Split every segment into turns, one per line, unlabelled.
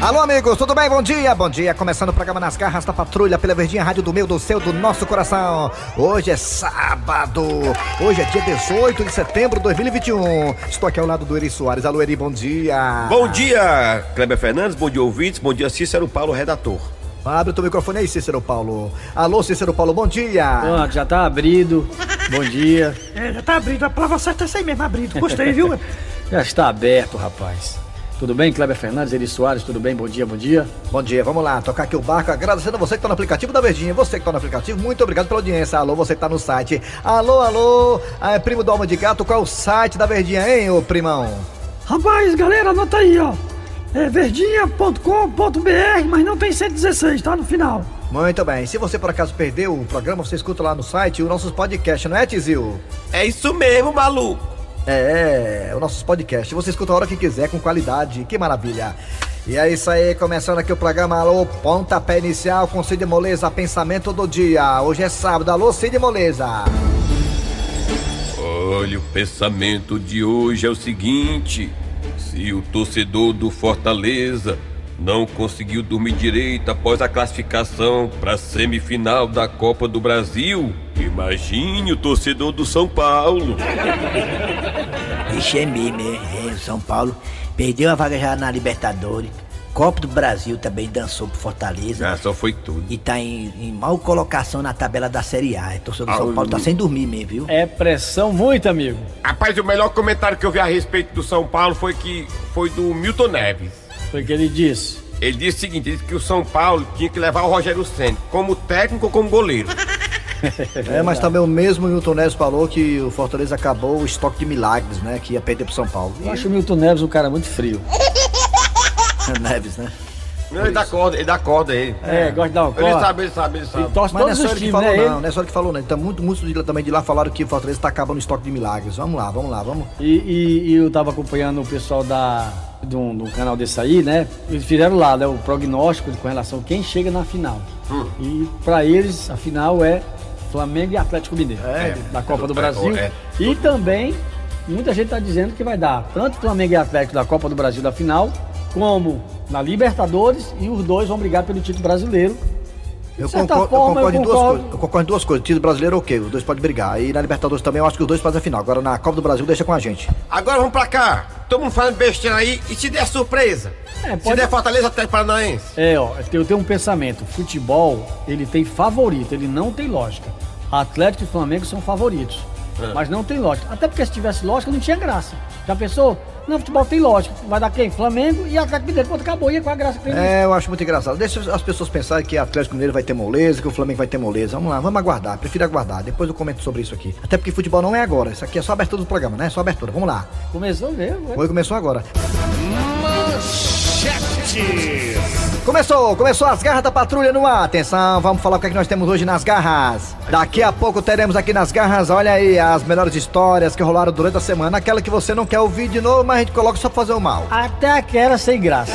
Alô, amigos, tudo bem? Bom dia, bom dia. Começando o programa Nas Garras da Patrulha pela Verdinha Rádio do Meu, do Seu, do Nosso Coração. Hoje é sábado, hoje é dia 18 de setembro de 2021. Estou aqui ao lado do Eri Soares. Alô, Eri, bom dia.
Bom dia, Kleber Fernandes, bom dia, ouvintes, bom dia, Cícero Paulo, redator.
Abre o teu microfone aí, Cícero Paulo. Alô, Cícero Paulo, bom dia.
Pronto, já tá abrido. Bom dia.
É, já tá abrindo, a prova certa é essa aí mesmo, abrindo. Gostei, viu?
Já está aberto, rapaz. Tudo bem, Kleber Fernandes, Eri Soares, tudo bem? Bom dia, bom dia.
Bom dia, vamos lá, tocar aqui o barco, agradecendo a você que tá no aplicativo da Verdinha, você que tá no aplicativo, muito obrigado pela audiência, alô, você que tá no site, alô, alô, ah, primo do Alma de Gato, qual é o site da Verdinha, hein, ô primão?
Rapaz, galera, anota aí, ó. É verdinha.com.br, mas não tem 116, tá? No final.
Muito bem, se você por acaso perdeu o programa, você escuta lá no site os nossos podcasts, não é, Tizil?
É isso mesmo, maluco.
É, é, os nossos podcasts. Você escuta a hora que quiser, com qualidade. Que maravilha. E é isso aí, começando aqui o programa Alô Pontapé Inicial com Cid Moleza, pensamento do dia. Hoje é sábado, alô Cid Moleza.
Olha, o pensamento de hoje é o seguinte: se o torcedor do Fortaleza não conseguiu dormir direito após a classificação para a semifinal da Copa do Brasil, imagine o torcedor do São Paulo.
Ixi, é mesmo, é, é, o São Paulo perdeu a vaga já na Libertadores. Copa do Brasil também dançou pro Fortaleza.
Já só foi tudo.
E tá em, em mal colocação na tabela da Série A. O torcedor do São
Au.
Paulo tá sem dormir mesmo, viu?
É pressão muito, amigo.
Rapaz, o melhor comentário que eu vi a respeito do São Paulo foi que foi do Milton Neves.
Foi o que ele disse.
Ele disse o seguinte, ele disse que o São Paulo tinha que levar o Rogério Senna, como técnico ou como goleiro.
É, mas também o mesmo Milton Neves falou que o Fortaleza acabou o estoque de milagres, né? Que ia perder pro São Paulo.
Eu acho o Milton Neves um cara muito frio.
Neves, né?
Não, ele dá corda, ele dá corda ele.
É, gosta de dar um
Ele
corte.
sabe, ele sabe, ele
E
sabe.
torce
Mas não é
todos
só
os
ele que
times,
falou,
né?
não.
Ele.
Não é só ele que falou, não. Então, muito, muitos de lá- também de lá falaram que o Fortaleza tá acabando o estoque de milagres. Vamos lá, vamos lá, vamos.
E, e- e eu tava acompanhando o pessoal da, de, um, de um canal desse aí, né? Eles fizeram lá, né, o prognóstico com relação a quem chega na final. E pra eles, a final é Flamengo e Atlético Mineiro. né,
É,
da Copa do
é,
Brasil.
é.
E também, muita gente tá dizendo que vai dar tanto Flamengo e Atlético da Copa do Brasil da final, como na Libertadores, e os dois vão brigar pelo título brasileiro.
Eu
De certa
concordo, eu
forma,
concordo em
eu
duas
concordo.
coisas. Eu concordo em duas coisas. Título brasileiro, ok, os dois podem brigar. E na Libertadores também, eu acho que os dois fazem a final. Agora na Copa do Brasil, deixa com a gente.
Agora vamos pra cá. Todo mundo falando besteira aí e se der surpresa.
É,
Se
pode-
der Fortaleza Atlético Paranaense.
É, ó, eu tenho um pensamento. Futebol, ele tem favorito, ele não tem lógica. Atlético e Flamengo são favoritos. Mas não tem lógica. Até porque se tivesse lógica, não tinha graça. Já pensou? Não, futebol tem lógica. Vai dar quem? Flamengo e Atlético Mineiro. Pronto, acabou. E aí, qual a graça que tem nisso?
É, eu acho muito engraçado. Deixa as pessoas pensarem que Atlético Mineiro vai ter moleza, que o Flamengo vai ter moleza. Vamos lá, vamos aguardar. Prefiro aguardar. Depois eu comento sobre isso aqui. Até porque futebol não é agora. Isso aqui é só abertura do programa, né? É só abertura. Vamos lá.
Começou mesmo. né?
Oi, começou agora. Começou, começou as garras da patrulha no ar. Atenção, vamos falar o que, é que nós temos hoje nas garras. Daqui a pouco teremos aqui nas garras, olha aí, as melhores histórias que rolaram durante a semana. Aquela que você não quer ouvir de novo, mas a gente coloca só pra fazer o mal.
Até aquela sem graça.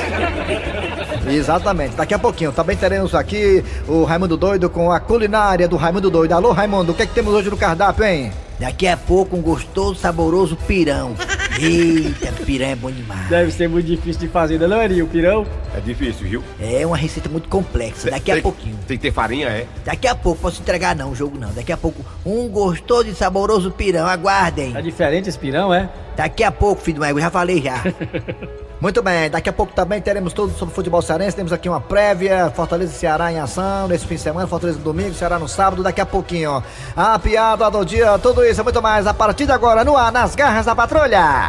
Exatamente, daqui a pouquinho. Também teremos aqui o Raimundo Doido com a culinária do Raimundo Doido. Alô, Raimundo, o que é que temos hoje no cardápio, hein?
Daqui a pouco um gostoso, saboroso pirão. Eita, pirão é bom demais.
Deve ser muito difícil de fazer, né, não é, Eri? O pirão.
É difícil, viu?
É uma receita muito complexa. Daqui a
Tem-
pouquinho.
Tem que ter farinha, é.
Daqui a pouco, posso entregar não, o jogo não. Daqui a pouco, um gostoso e saboroso pirão. Aguardem.
É diferente esse pirão, é?
Daqui a pouco, filho do ego, já falei já.
Muito bem, É, daqui a pouco também teremos tudo sobre futebol cearense. Temos aqui uma prévia: Fortaleza e Ceará em ação nesse fim de semana, Fortaleza no domingo, Ceará no sábado. Daqui a pouquinho, a piada do dia, tudo isso e muito mais a partir de agora no ar, nas garras da patrulha.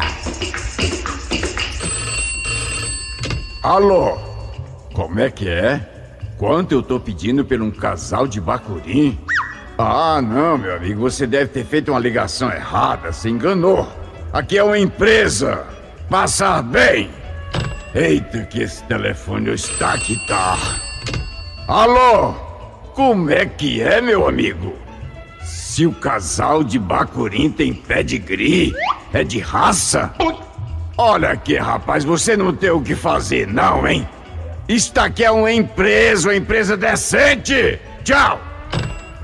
Alô? Como é que é? Quanto eu tô pedindo por um casal de bacurim? Ah, não, meu amigo, você deve ter feito uma ligação errada, se enganou. Aqui é uma empresa. Passar bem. Eita, que esse telefone está que tá. Alô? Como é que é, meu amigo? Se o casal de bacurim tem pedigree, é de raça? Olha aqui, rapaz, você não tem o que fazer, não, hein? Isso aqui é uma empresa, uma empresa decente! Tchau!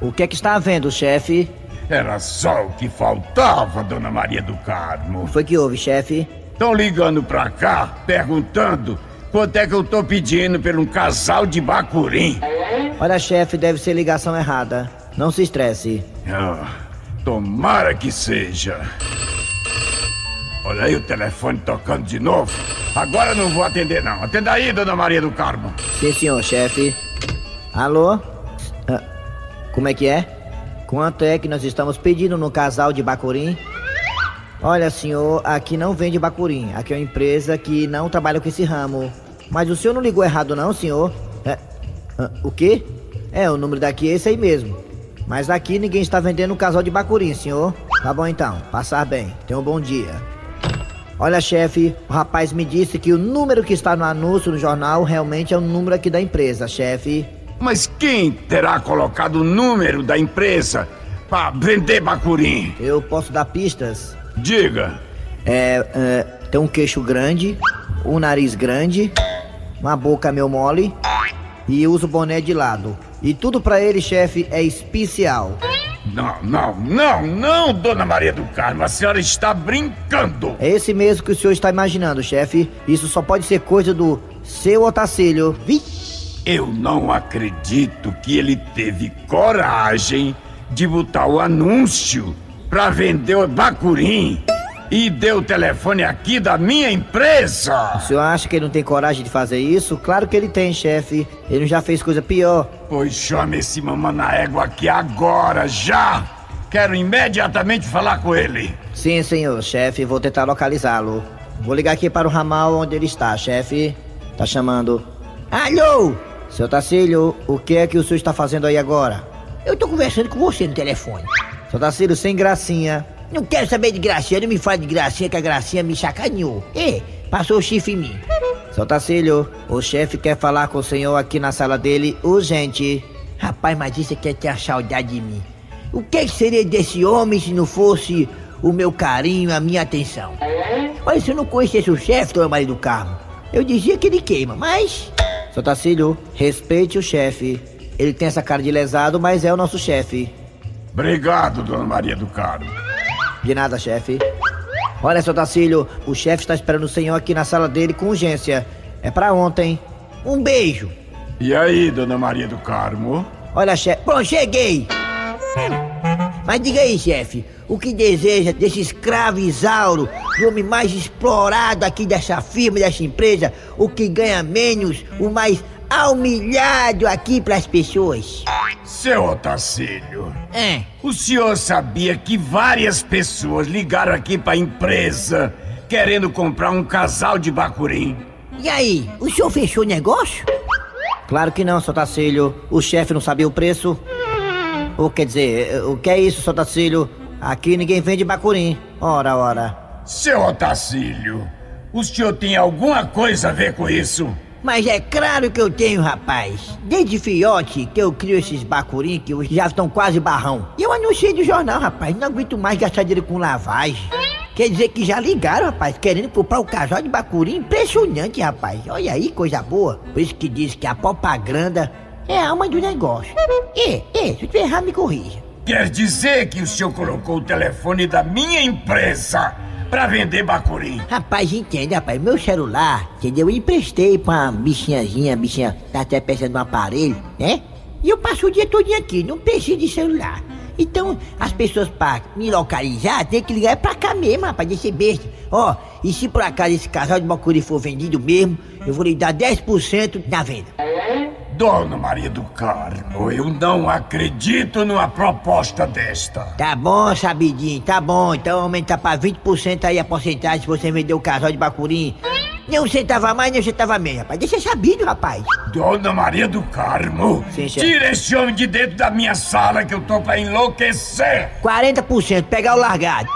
o que é que está havendo, chefe?
Era só o que faltava, dona Maria do Carmo.
Foi que houve, chefe?
Estão ligando pra cá, perguntando Quanto é que eu tô pedindo por um casal de bacurim?
Olha, chefe, deve ser ligação errada. Não se estresse.
Ah, tomara que seja. Olha aí o telefone tocando de novo. Agora eu não vou atender, não. Atenda aí, dona Maria do Carmo.
Sim, senhor, chefe. Alô? Ah, Como é que é? Quanto é que nós estamos pedindo no casal de Bacurim? Olha, senhor, aqui não vende Bacurim. Aqui é uma empresa que não trabalha com esse ramo. Mas o senhor não ligou errado, não, senhor? É, ah, o quê? É, o número daqui é esse aí mesmo. Mas aqui ninguém está vendendo casal de Bacurim, senhor. Tá bom então, passar bem. Tenha um bom dia. Olha, chefe, o rapaz me disse que o número que está no anúncio no jornal realmente é o número aqui da empresa, chefe.
Mas quem terá colocado o número da empresa pra vender bacurim?
Eu posso dar pistas?
Diga.
É, é, tem um queixo grande, um nariz grande, uma boca meio mole e usa o boné de lado. E tudo pra ele, chefe, é especial.
Não, não, não, não, dona Maria do Carmo. A senhora está brincando.
É esse mesmo que o senhor está imaginando, chefe. Isso só pode ser coisa do seu Otacílio. Vixe!
Eu não acredito que ele teve coragem de botar o anúncio pra vender o bacurim e deu o telefone aqui da minha
O
empresa.
senhor acha que ele não tem coragem de fazer isso? Claro que ele tem, chefe. Ele já fez coisa pior.
Pois chame esse mamã na égua aqui agora, já. Quero imediatamente falar com ele.
Sim, senhor, chefe, vou tentar localizá-lo. Vou ligar aqui para o ramal onde ele está, chefe. Tá chamando. Alô? Seu Tacílio, o que é que o senhor está fazendo aí agora?
Eu tô conversando com você no telefone.
Seu Tacílio, sem gracinha.
Não quero saber de gracinha, não me fale de gracinha que a gracinha me sacaneou. Ei, passou o chifre em mim.
Seu Tacílio, o chefe quer falar com o senhor aqui na sala dele, urgente.
Rapaz, mas isso aqui é ter a saudade de mim. O que, que seria desse homem se não fosse o meu carinho, a minha atenção? Olha, se eu não conhecesse o chefe, dona Maria do Carmo, eu dizia que ele queima, mas...
Seu Tacílio, respeite o chefe. Ele tem essa cara de lesado, mas é o nosso chefe.
Obrigado, dona Maria do Carmo.
De nada, chefe. Olha, seu Tacílio, o chefe
tá
está esperando o senhor aqui na sala dele com urgência. É pra ontem.
Um beijo.
E aí, dona Maria do Carmo?
Olha, chefe.
Bom, cheguei. Mas diga aí, chefe, o que deseja desse escravo Isauro, o homem mais explorado aqui dessa firma, dessa empresa, o que ganha menos, o mais humilhado aqui pras pessoas?
Seu Otacílio,
É.
o senhor sabia que várias pessoas ligaram aqui pra empresa querendo comprar um casal de bacurim?
E aí, o senhor fechou o negócio?
Claro que não, seu Tacílio. O chefe não sabia o preço. Ou quer dizer, o que é isso, seu Tacílio? Aqui ninguém vende bacurim. Ora, ora.
Seu Otacílio, o senhor tem alguma coisa a ver com isso?
Mas é claro que eu tenho, rapaz. Desde fiote que eu crio esses bacurim que hoje já estão quase barrão. E eu anunciei no jornal, rapaz. Não aguento mais gastar dinheiro com lavagem. Quer dizer que já ligaram, rapaz, querendo comprar o casal de bacurim. Impressionante, rapaz. Olha aí, coisa boa. Por isso que diz que a propaganda é a alma do negócio. Ê, ê, se eu tiver errado, me corrija.
Quer dizer que o senhor colocou o telefone da minha empresa pra vender bacurim?
Rapaz, entende, rapaz, meu celular, entendeu? Eu emprestei pra uma bichinhazinha, a bichinha tá até pensando no aparelho, né? E eu passo o dia todo aqui, não preciso de celular. Então, as pessoas pra me localizar, tem que ligar é pra cá mesmo, rapaz, desse besta. Ó, e se por acaso esse casal de Bacuri for vendido mesmo, eu vou lhe dar 10% na venda.
Dona Maria do Carmo, eu não acredito numa proposta desta.
Tá bom, Sabidinho, tá bom. Então aumenta pra 20% aí a porcentagem se você vender o casal de Bacurim. Não centava mais, não centava menos, rapaz. Deixa sabido, rapaz.
Dona Maria do Carmo,
Sim, chefe.
tira esse homem de dentro da minha sala que eu tô pra enlouquecer.
40%, pegar o largado.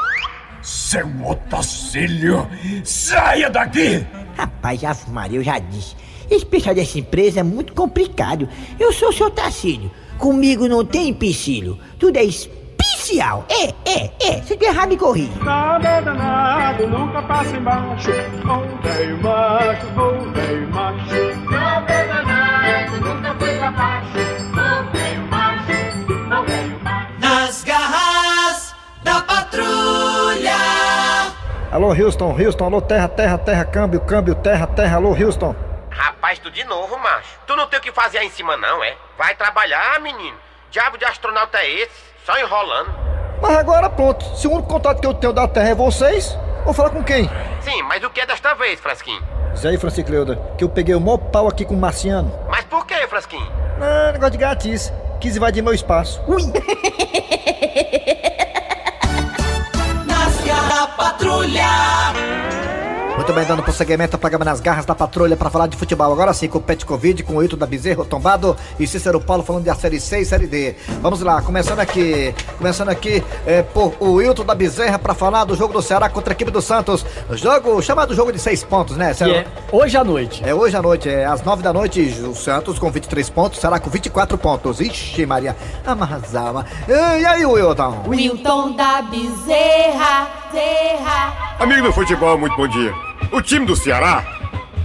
Seu Otacílio, saia daqui!
Rapaz, Ave Maria, eu já disse. Esse pessoal dessa empresa é muito complicado. Eu sou o seu Tarcílio. Comigo não tem empecilho. Tudo é especial. É, é, é. Se tu errar, me corrija.
Nada é danado, nunca passa embaixo. Bom velho macho, bom velho macho.
Não tem danado, nunca foi pra baixo. Não tem macho, não tem macho. Nas garras da patrulha.
Alô, Houston, Houston, alô, terra, terra, terra, câmbio, câmbio, terra, terra, alô, Houston.
Rapaz, tu de novo, macho. Tu não tem o que fazer aí em cima, não, é? Vai trabalhar, menino. Diabo de astronauta é esse? Só enrolando.
Mas agora pronto, se o único contato que eu tenho da Terra é vocês, vou falar com quem?
Sim, mas o que é desta vez, Frasquinho?
Isso aí, Francisco Leuda, que eu peguei o maior pau aqui com o Marciano.
Mas por que, Frasquinho?
Ah, negócio de gatice. Quis invadir meu espaço. Ui!
Nas garras da patrulha.
Muito bem, dando prosseguimento ao programa Nas Garras da Patrulha para falar de futebol. Agora sim, com o Pet Covid, com o Hilton da Bezerra, o Tombado e Cícero Paulo falando da Série C e Série D. Vamos lá, começando aqui, começando aqui é, por o Hilton da Bezerra para falar do jogo do Ceará contra a equipe do Santos. Jogo chamado jogo de seis pontos, né,
Que é hoje à noite.
É hoje à noite, é às nove da noite, o Santos com 23 pontos, Ceará com 24 pontos. Ixi, Maria, amarrasava. E, e aí, Wilton?
Wilton da Bezerra, Bezerra.
Amigo do futebol, muito bom dia. O time do Ceará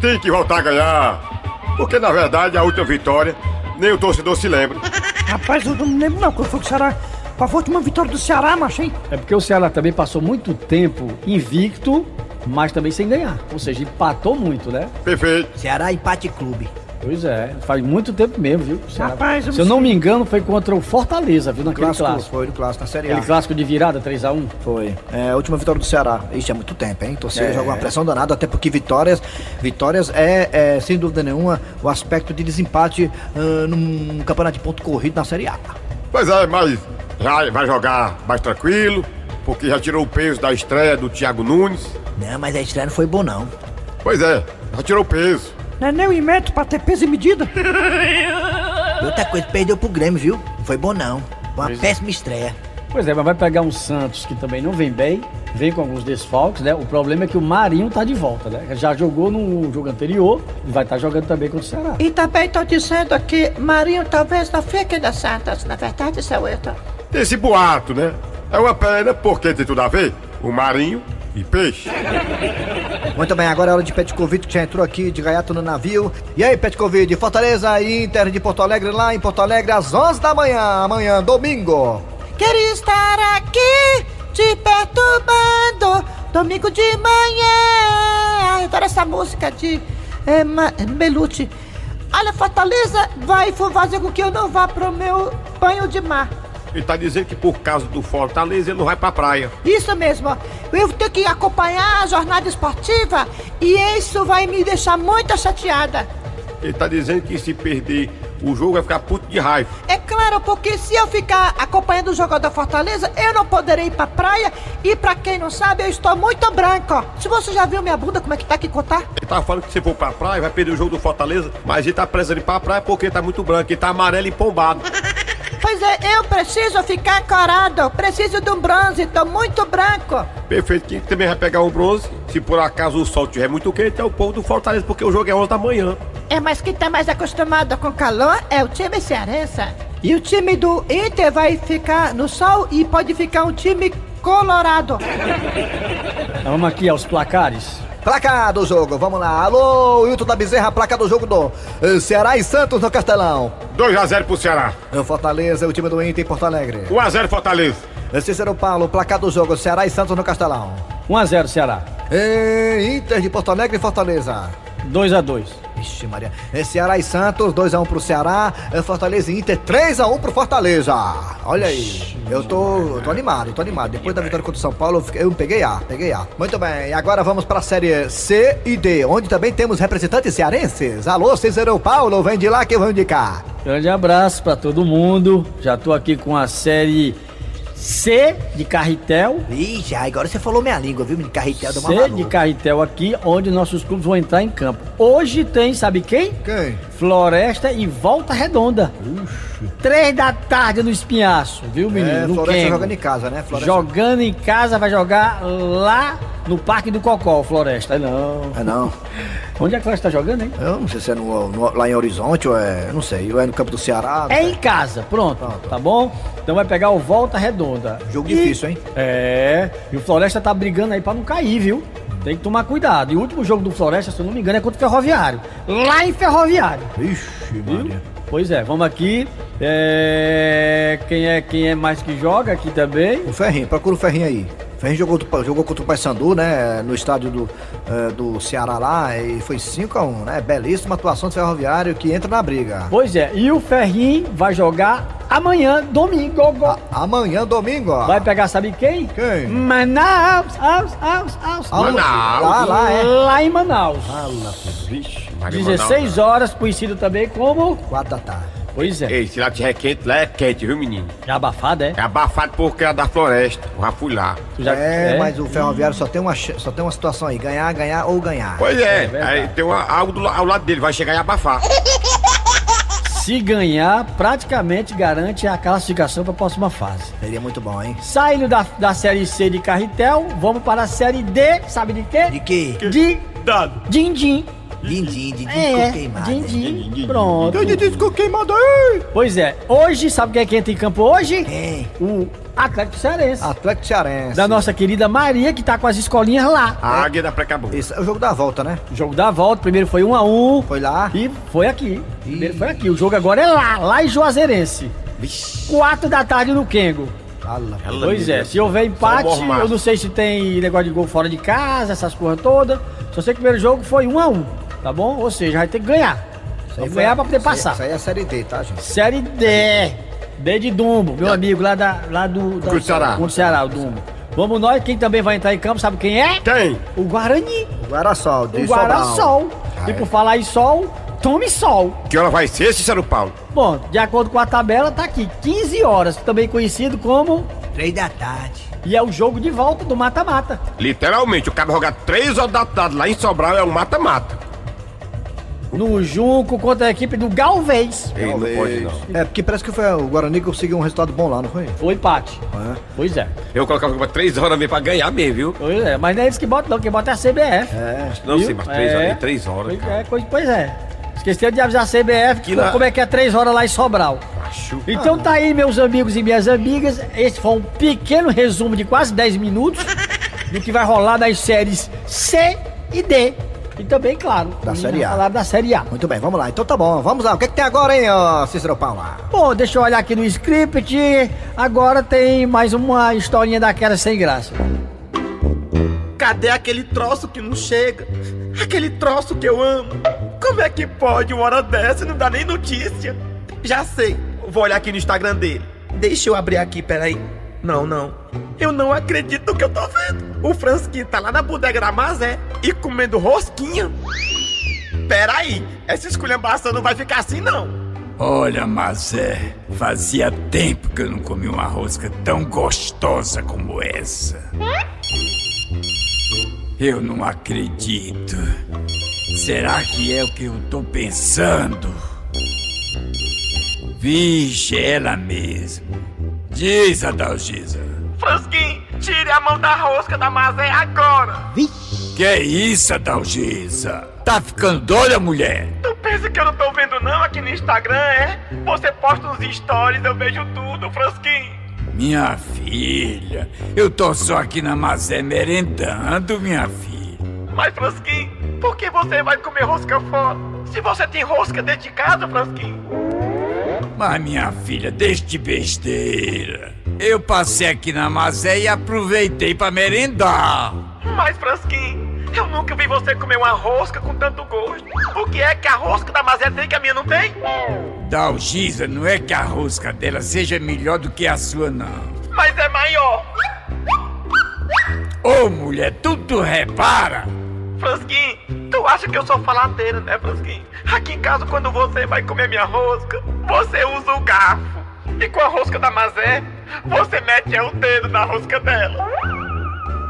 tem que voltar a ganhar, porque na verdade a última vitória nem o torcedor se lembra.
Rapaz, eu não me lembro não, quando foi que o Ceará. Qual foi a última vitória do Ceará, macho, hein?
É porque o Ceará também passou muito tempo invicto, mas também sem ganhar. Ou seja, empatou muito, né?
Perfeito.
Ceará Empate Clube. Pois é, faz muito tempo mesmo, viu? O Ceará-
Rapaz, eu
Se eu
me
não me engano, foi contra o um Fortaleza, viu? Naquele
Clássico,
clássico.
foi do clássico, na Série A.
Aquele clássico de virada, 3x1.
Foi. É, a última vitória do Ceará. Isso é muito tempo, hein? Torcida
É.
joga uma pressão danada, até porque vitórias, vitórias é, é, sem dúvida nenhuma, o aspecto de desempate ah, num campeonato de ponto corrido na Série A.
Pois é, mas já vai jogar mais tranquilo, porque já tirou o peso da estreia do Thiago Nunes.
Não, mas a estreia não foi boa, não.
Pois é, já tirou o peso.
Não é nem o Imeto pra ter peso e medida.
E outra coisa, perdeu pro Grêmio, viu? Não foi bom, não. Foi uma péssima estreia.
é. Pois é, mas vai pegar um Santos que também não vem bem, vem com alguns desfalques, né? O problema é que o Marinho tá de volta, né? Já jogou no jogo anterior e vai estar jogando também contra o Ceará.
E também tô dizendo que Marinho talvez não fique no Santos. Na verdade, seu Hilton.
Tem esse boato, né? É uma pena, porque tem tudo a ver o Marinho e Peixe.
Muito bem, agora é hora de Petkovic, que já entrou aqui de gaiato no navio. E aí, Petkovic, Fortaleza e Inter de Porto Alegre, lá em Porto Alegre, às 11 da manhã, amanhã, domingo.
Queria estar aqui te perturbando domingo de manhã. Ai, adoro essa música de é, Ma- Melute. Olha, Fortaleza vai fazer com que eu não vá pro meu banho de mar.
Ele tá dizendo que por causa do Fortaleza ele não vai pra praia.
Isso mesmo. ó. Eu tenho que acompanhar a jornada esportiva e isso vai me deixar muito chateada.
Ele tá dizendo que se perder o jogo vai ficar puto de raiva.
É claro, porque se eu ficar acompanhando o jogo da Fortaleza, eu não poderei ir pra praia. E pra quem não sabe, eu estou muito branca. Se você já viu minha bunda, como é que tá aqui contar?
Ele tá falando que se for pra praia vai perder o jogo do Fortaleza, mas ele tá precisando ir pra praia porque tá muito branco, ele tá amarelo e pombado.
Pois é, eu preciso ficar corado. Preciso de um bronze, tô muito branco.
Perfeito, que também vai pegar um bronze. Se por acaso o sol tiver muito quente, é o povo do Fortaleza, porque o jogo é 11 da manhã.
É, mas quem tá mais acostumado com calor é o time cearense. E o time do Inter vai ficar no sol e pode ficar um time colorado.
Então, vamos aqui aos placares.
Placa do jogo, vamos lá. Alô, Hilton da Bezerra, placa do jogo do eh, Ceará e Santos no Castelão.
2x0 pro Ceará.
O Fortaleza, é o time do Inter em Porto Alegre. Eh,
1x0 Fortaleza.
Cícero Paulo, placar do jogo, Ceará e Santos no Castelão. Eh,
1x0 Ceará.
Inter de Porto Alegre e Fortaleza.
2x2.
Ixi, Maria. É Ceará e Santos, 2x1 pro Ceará. É Fortaleza e Inter, 3x1 pro Fortaleza. Olha aí. Eu tô, eu tô animado, eu tô animado. Depois da vitória contra o São Paulo, eu fiquei- eu peguei A, peguei A. Muito bem, agora vamos pra Série C e D, onde também temos representantes cearenses. Alô, Cícero Paulo, vem de lá que eu venho de cá.
Grande abraço pra todo mundo. Já tô aqui com a série C de Carretel.
Ih, já, agora você falou minha língua, viu? De Carretel do
C de
Mamalu.
Carretel aqui, onde nossos clubes vão entrar em campo. Hoje tem, sabe quem?
Quem?
Floresta e Volta Redonda. Três da tarde no Espinhaço, viu, menino?
É,
no
Floresta
Kengo.
jogando em casa, né? Floresta.
Jogando em casa, vai jogar lá no Parque do Cocó, Floresta. É não.
É não.
Onde é que Floresta tá jogando, hein?
Eu não sei se é no, no- lá em Horizonte ou é, eu não sei, ou é no campo do Ceará.
É em casa, pronto, tá bom? Então vai pegar o Volta Redonda.
Jogo difícil, hein?
É, e o Floresta tá brigando aí pra não cair, viu? Tem que tomar cuidado. E o último jogo do Floresta, se eu não me engano, é contra o Ferroviário. Lá em Ferroviário.
Ixi,
Maria. Pois é, vamos aqui. É, Quem é quem é mais que joga aqui também?
O Ferrinho, procura o Ferrinho aí. Ferrinho jogou, do- jogou contra o Paysandu, né? No estádio do, eh, do Ceará lá e foi 5x1, né? Belíssima atuação do Ferroviário que entra na briga.
Pois é, e o Ferrinho vai jogar amanhã, domingo.
amanhã, domingo. ó.
Vai pegar, sabe quem?
Quem?
Manaus, aus, aus, aus.
Aonde? Manaus?
Lá, lá, é. Lá em Manaus.
Vixe,
16 horas, conhecido também como...
4 da tarde.
Pois é.
Ei, se lá tiver quente, lá é quente, viu, menino?
É abafado, é?
É abafado porque é da floresta. Eu já fui lá.
é, mas o Ferroviário só tem, uma, ch- só tem uma situação aí: ganhar, ganhar ou ganhar.
Pois é, aí tem uma- algo do la- ao lado dele, vai chegar e abafar.
Se ganhar, praticamente garante a classificação para a próxima fase.
Seria muito bom, hein?
Saindo da, da série C de Carretel, vamos para a série D, sabe de quê? De
quê?
De
dado.
Dindim.
Dindim, dindim
é, Dindim, pronto. Dindim,
disco queimado
Pois é, hoje, sabe quem é que entra em campo hoje? O Atlético Cearense.
Atlético Cearense.
Da nossa querida Maria, que tá com as escolinhas lá.
A águia da Precabu.
Isso é o jogo da volta, né?
Jogo da volta, primeiro foi 1 a 1
Foi lá.
E foi aqui. Primeiro foi aqui. O jogo agora é lá, lá em Juazeirense. Quatro da tarde no Kengo. pois é, se houver empate,
Só o mormaço.
eu não sei se tem negócio de gol fora de casa, essas coisas todas. Só sei que o primeiro jogo foi 1 a 1 tá bom? Ou seja, vai ter que ganhar. Vai ganhar pra poder
Isso aí-
passar.
Isso aí é a Série D, tá, gente?
Série D. D de Dumbo, meu amigo lá, da, lá do. da-
Contra o Ceará.
Contra o Ceará, o Dumbo. Vamos nós, quem também vai entrar em campo, sabe quem é?
Quem?
O Guarani.
O Guarasol, de
O Guarasol.
Ah,
E
é?
por falar em sol, tome sol.
Que hora vai ser, Cícero Paulo?
Bom, de acordo com a tabela, tá aqui, 15 horas, também conhecido como.
3 da tarde.
E é o jogo de volta do mata-mata.
Literalmente, o cara jogar três horas da tarde lá em Sobral é um mata-mata.
No Junco contra a equipe do Galvez.
Ei, não pode não.
É, porque parece que foi o Guarani que conseguiu um resultado bom lá, não foi?
Foi empate. Pois é.
Eu colocava pra três horas mesmo pra ganhar mesmo, viu?
Pois é, mas não é eles que botam, não, quem bota é a CBF. É.
Não sei, mas três
É.
horas, três horas,
Pois
cara.
é, coisa- pois é. Esqueceram de avisar a CBF que
Que lá-
como é que é três horas lá em Sobral. Então tá aí, meus amigos e minhas amigas. Esse foi um pequeno resumo de quase 10 minutos do que vai rolar nas séries C e D. E também, claro,
Da Série A.
falar da Série A.
Muito bem, vamos lá. Então tá bom, vamos lá. O que, é que tem agora, hein, ó, Cícero Paula?
Bom, deixa eu olhar aqui no script. Agora tem mais uma historinha daquela sem graça.
Cadê aquele troço que não chega? Aquele troço que eu amo? Como é que pode uma hora dessa e não dá nem notícia? Já sei, vou olhar aqui no Instagram dele. Deixa eu abrir aqui, peraí. Não, não. Eu não acredito no que eu tô vendo. O Franskin tá lá na bodega da Mazé e comendo rosquinha. Peraí, essa esculhambação não vai ficar assim não.
Olha, Mazé, fazia tempo que eu não comi uma rosca tão gostosa como essa. Eu não acredito. Será que é o que eu tô pensando? Vixe, ela mesmo. Diz, Adalgisa.
Franskin, tire a mão da rosca da Mazé agora.
Que é isso, Adalgisa? Tá ficando doida, mulher?
Tu pensa que eu não tô vendo não aqui no Instagram, é? Você posta uns stories, eu vejo tudo, Franskin.
Minha filha, eu tô só aqui na Mazé merendando, minha filha.
Mas, Franskin, por que você vai comer rosca fora? Se você tem rosca dentro de casa, Franskin.
Mas, minha filha, deixe de besteira. Eu passei aqui na Mazé e aproveitei pra merendar.
Mas, Franskin, eu nunca vi você comer uma rosca com tanto gosto. O que é que a rosca da Mazé tem que a minha não tem?
Dalgisa, não é que a rosca dela seja melhor do que a sua, não.
Mas é maior.
Ô, mulher, tu, tu repara?
Franskin, tu acha que eu sou faladeira, né, Franskin? Aqui em casa, quando você vai comer minha rosca, você usa o garfo. E com a rosca da Mazé, você mete é, o dedo na rosca dela.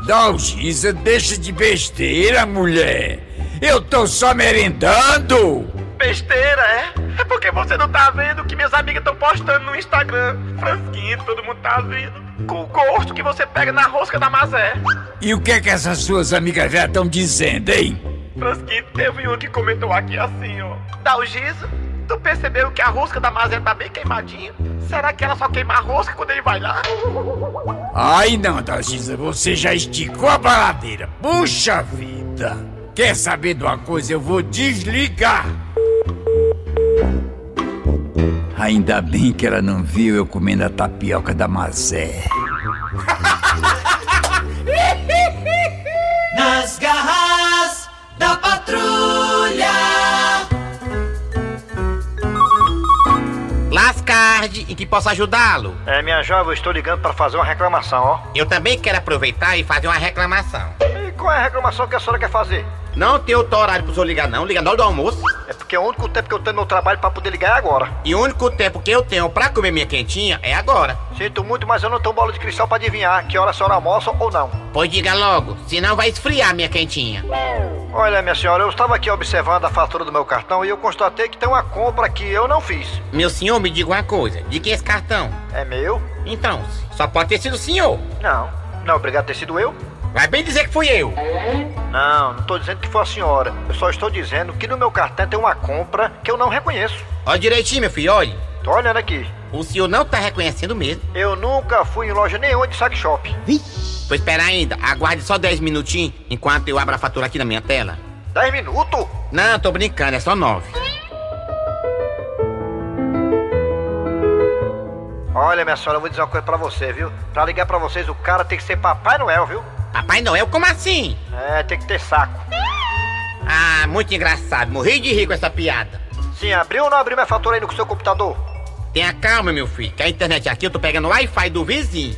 Dalgisa, é deixa de besteira, mulher. Eu tô só merendando.
Besteira, é? É porque você não tá vendo o que minhas amigas estão postando no Instagram. Fransquinho, todo mundo tá vendo. Com o gosto que você pega na rosca da Mazé.
E o que é que essas suas amigas velhas estão dizendo, hein?
Fransquinho, teve um que comentou aqui assim, ó. Dalgisa, tu percebeu que a rosca da Mazé tá bem queimadinha? Será que ela só queima a rosca quando ele vai lá?
Ai não, Dalgisa, você já esticou a baladeira. Puxa vida! Quer saber de uma coisa? Eu vou desligar! Ainda bem que ela não viu eu comendo a tapioca da Mazé.
Nas garras da patrulha.
Lascard, em que posso ajudá-lo?
É, minha jovem, eu estou ligando para fazer uma reclamação, ó.
Eu também quero aproveitar e fazer uma reclamação.
E qual é a reclamação que a senhora quer fazer?
Não tem outro horário pro senhor ligar, não. Liga na hora do almoço.
É porque o único tempo que eu tenho no trabalho para poder ligar é agora.
E o único tempo que eu tenho pra comer minha quentinha é agora.
Sinto muito, mas eu não tenho bola de cristal para adivinhar que hora a senhora almoça ou não.
Pois diga logo, senão vai esfriar minha quentinha.
Olha, minha senhora, eu estava aqui observando a fatura do meu cartão e eu constatei que tem uma compra que eu não fiz.
Meu senhor, me diga uma coisa. De quem é esse cartão?
É meu?
Então, só pode ter sido o senhor.
Não, não, obrigado a ter sido eu.
Vai bem dizer que fui eu.
Não, não tô dizendo que foi a senhora. Eu só estou dizendo que no meu cartão tem uma compra que eu não reconheço.
Olha direitinho, meu filho, olha.
Tô olhando aqui.
O senhor não tá reconhecendo mesmo.
Eu nunca fui em loja nenhuma de sac shop.
Vou esperar ainda. Aguarde só 10 minutinhos enquanto eu abro a fatura aqui na minha tela.
10 minutos?
Não, tô brincando, é só 9.
Olha, minha senhora, eu vou dizer uma coisa pra você, viu? Pra ligar pra vocês, o cara tem que ser Papai Noel, viu?
Papai Noel, como assim?
É, tem que ter saco.
Ah, muito engraçado. Morri de rir com essa piada.
Sim, abriu ou não abriu minha fatura aí no seu computador?
Tenha calma, meu filho, que a internet aqui eu tô pegando o Wi-Fi do vizinho.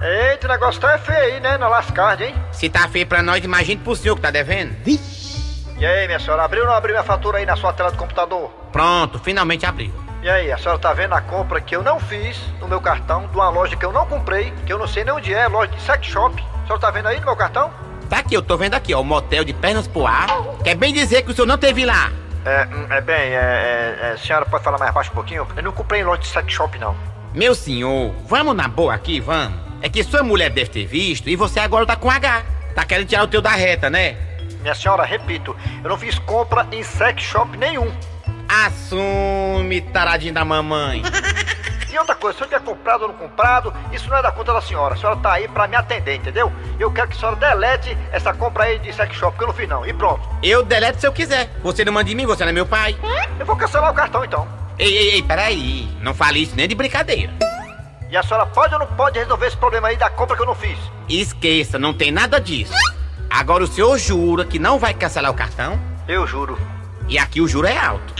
Eita, o negócio tá feio aí, né? Na lascarda, hein?
Se tá feio pra nós, imagine pro senhor que tá devendo.
E aí, minha senhora, abriu ou não abriu minha fatura aí na sua tela do computador?
Pronto, finalmente abriu.
E aí, a senhora tá vendo a compra que eu não fiz no meu cartão, de uma loja que eu não comprei, que eu não sei nem onde é, loja de sex shop. A senhora tá vendo aí no meu cartão?
Tá aqui, eu tô vendo aqui, ó, o motel de pernas pro ar. Quer bem dizer que o senhor não teve lá.
É, hum, é bem, é, é, é, senhora pode falar mais baixo um pouquinho? Eu não comprei em loja de sex shop, não.
Meu senhor, vamos na boa aqui, vamos. É que sua mulher deve ter visto e você agora tá com H. Tá querendo tirar o teu da reta, né?
Minha senhora, repito, eu não fiz compra em sex shop nenhum.
Assume, taradinho da mamãe.
E outra coisa, se eu tiver comprado ou não comprado, isso não é da conta da senhora. A senhora tá aí pra me atender, entendeu? Eu quero que a senhora delete essa compra aí de sex shop, que eu não fiz não. E pronto.
Eu deleto se eu quiser. Você não manda em mim, você não é meu pai.
Eu vou cancelar o cartão então.
Ei, ei, ei, peraí. Não fale isso nem de brincadeira.
E a senhora pode ou não pode resolver esse problema aí da compra que eu não fiz?
Esqueça, não tem nada disso. Agora o senhor jura que não vai cancelar o cartão?
Eu juro.
E aqui o juro é alto.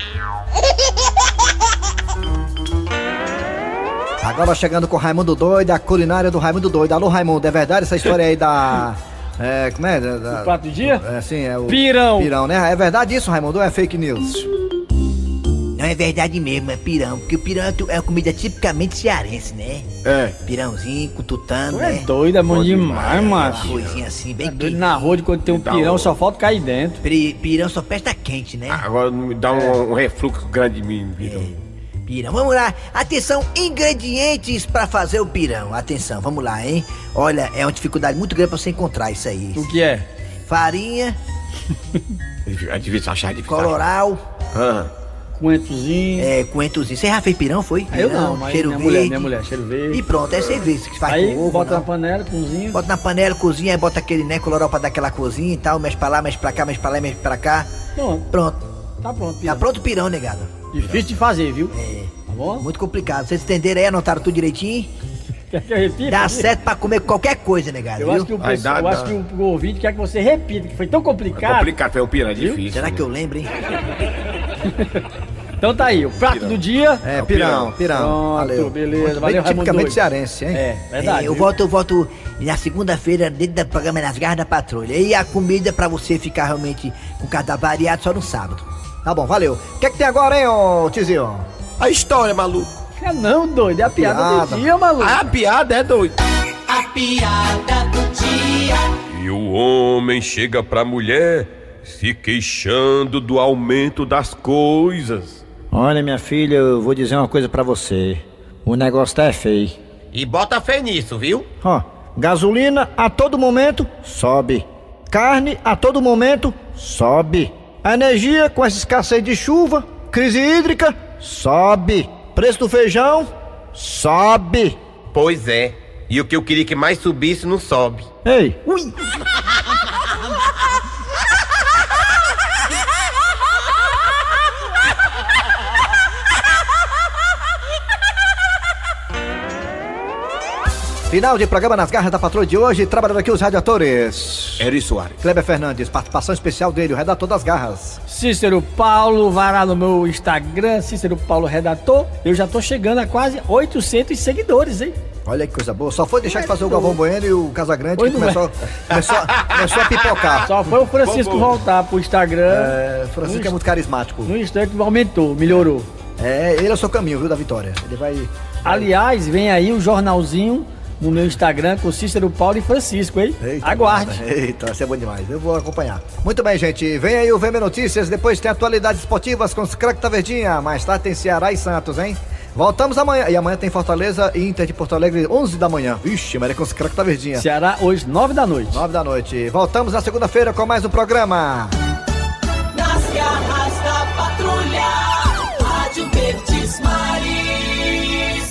Agora chegando com o Raimundo Doido, a culinária do Raimundo Doido. Alô, Raimundo, é verdade essa história aí da. É, como é? Da, da-
O prato do dia?
É, sim, é o.
Pirão.
Pirão, né? É verdade isso, Raimundo? Ou é fake news?
Não é verdade mesmo, é pirão. Porque o pirão é tu- é uma comida tipicamente cearense, né?
É.
Pirãozinho com tutano,
É
né?
doido, é bom demais,
Uma
macho. Tá
coisinha assim, bem
Doido na rua de quando tem um
Tá
pirão,
bom.
só falta cair dentro. É.
Pri- Pirão só festa quente, né?
Agora me dá um, um refluxo grande em mim, Pirão.
Pirão, vamos lá. Atenção, ingredientes pra fazer o pirão. Atenção, vamos lá, hein? Olha, é uma dificuldade muito grande pra você encontrar isso aí.
O que é?
Farinha,
É difícil achar, é difícil
coloral,
achar.
Coentozinho.
é, coentozinho. Você já fez pirão, foi?
Ah, eu
Pirão,
não, mas
cheiro
minha
verde.
mulher, minha mulher, cheiro verde.
E pronto, é cerveja que faz
Aí
com ovo,
bota
não.
na panela, cozinha.
Bota na panela, cozinha, aí bota aquele, né, colorau pra dar aquela cozinha e tal, mexe pra lá, mexe pra cá, mexe pra lá, mexe pra cá.
Pronto,
Pronto.
tá pronto.
Tá pronto o pirão, negado.
Difícil de fazer, viu?
É.
Tá bom?
Muito complicado. Vocês entenderam aí, anotaram tudo direitinho?
Quer que eu repita?
Dá certo pra comer qualquer coisa, negado,
Eu acho que
viu?
o,
Aí
pessoal,
dá,
eu acho
dá.
que o, o ouvinte quer que você repita, que foi tão
É
complicado.
complicado, é o Pirão, é difícil.
Será
né?
que eu lembro, hein?
Então tá aí, o prato do dia.
É, pirão, pirão.
Pronto,
Valeu.
beleza.
Muito bem
Valeu, Raimundo.
tipicamente
Doido.
cearense, hein?
É, verdade.
É, eu
viu?
volto, eu volto na segunda-feira dentro do programa Nas Garras da Patrulha. E a comida pra você ficar realmente com cada variado só no sábado.
Tá bom, valeu. O que é que tem agora, hein, ô Tizinho?
A história, maluco.
É não, doido, é a piada,
Piada.
do dia, maluco.
A piada é doido.
A piada do dia.
E o homem chega pra mulher se queixando do aumento das coisas.
Olha, minha filha, eu vou dizer uma coisa pra você. O negócio tá é feio.
E bota fé nisso, viu?
Ó, gasolina a todo momento sobe. Carne a todo momento sobe. A energia com essa escassez de chuva, crise hídrica, sobe. Preço do feijão sobe.
Pois é. E o que eu queria que mais subisse não sobe.
Ei,
Final de programa nas garras da patroa de hoje, trabalhando aqui os radiadores.
Eri Soares.
Kleber Fernandes, participação especial dele, o redator das garras.
Cícero Paulo, vai lá no meu Instagram, Cícero Paulo Redator. Eu já tô chegando a quase 800 seguidores, hein? é?
Olha que coisa boa. Só foi deixar de fazer o Galvão Bueno e o Casagrande que começou, começou, começou a pipocar.
Só foi o Francisco voltar pro Instagram.
É, Francisco é muito carismático.
No instante aumentou, melhorou.
É, ele é o seu caminho, viu, da vitória. Ele vai.
Aliás, vem aí o jornalzinho no meu Instagram com Cícero Paulo e Francisco, hein?
Eita,
Aguarde.
Nossa, Eita, isso é bom demais. Eu vou acompanhar. Muito bem, gente. Vem aí o VM Notícias, depois tem atualidades esportivas com Scracta Verdinha. Mais tarde tem Ceará e Santos, hein? Voltamos amanhã. E amanhã tem Fortaleza e Inter de Porto Alegre, 11 da manhã. Vixe, Maria com Scracta Verdinha.
Ceará hoje, 9 da noite.
9 da noite. Voltamos na segunda-feira com mais um programa.
Nas garras.